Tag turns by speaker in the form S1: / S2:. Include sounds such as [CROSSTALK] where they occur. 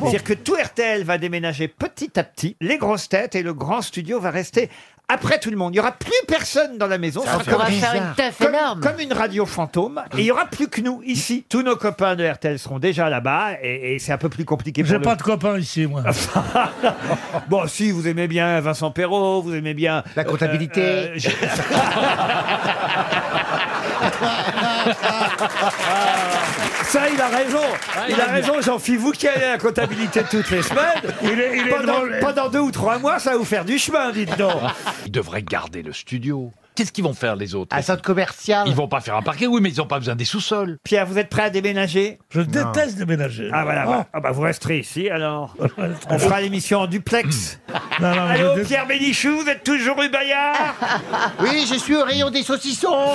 S1: C'est-à-dire que tout RTL va déménager petit à petit, les grosses têtes et le grand studio va rester après tout le monde. Il n'y aura plus personne dans la maison.
S2: Ça
S1: Ah, C'est
S2: va faire une teuf
S1: comme,
S2: énorme.
S1: comme une radio fantôme. Et il n'y aura plus que nous ici. Tous nos copains de RTL seront déjà là-bas et, et c'est un peu plus compliqué.
S3: J'ai
S1: pour
S3: pas
S1: le-
S3: de copains ici, moi.
S1: [LAUGHS] Bon, si vous aimez bien Vincent Perrault, vous aimez bien la
S4: comptabilité.
S1: Euh,
S3: [LAUGHS]
S1: Ça, il a raison. il,
S3: il
S1: a
S3: aime
S1: raison, jean philippe Vous qui allez à la comptabilité toutes les semaines,
S3: Il est- il est
S1: pendant,
S3: drôle.
S1: pendant deux ou trois mois, ça va vous faire du chemin, dites donc.
S5: Ils devraient garder le studio. Qu'est-ce qu'ils vont faire les autres
S4: Un centre commercial.
S5: Ils vont pas faire un parquet, oui, mais ils ont pas besoin des sous-sols.
S1: Pierre, vous êtes prêt à déménager
S3: Je déteste déménager.
S1: Ah voilà, voilà. Ah, bah, vous resterez
S3: [LAUGHS]
S1: ici alors. On fera l'émission en duplex.
S3: Non, non, je
S1: Allô,
S3: dé-
S1: Pierre Bénichou, vous êtes toujours rue Bayard
S4: Oui, je suis au rayon des saucissons.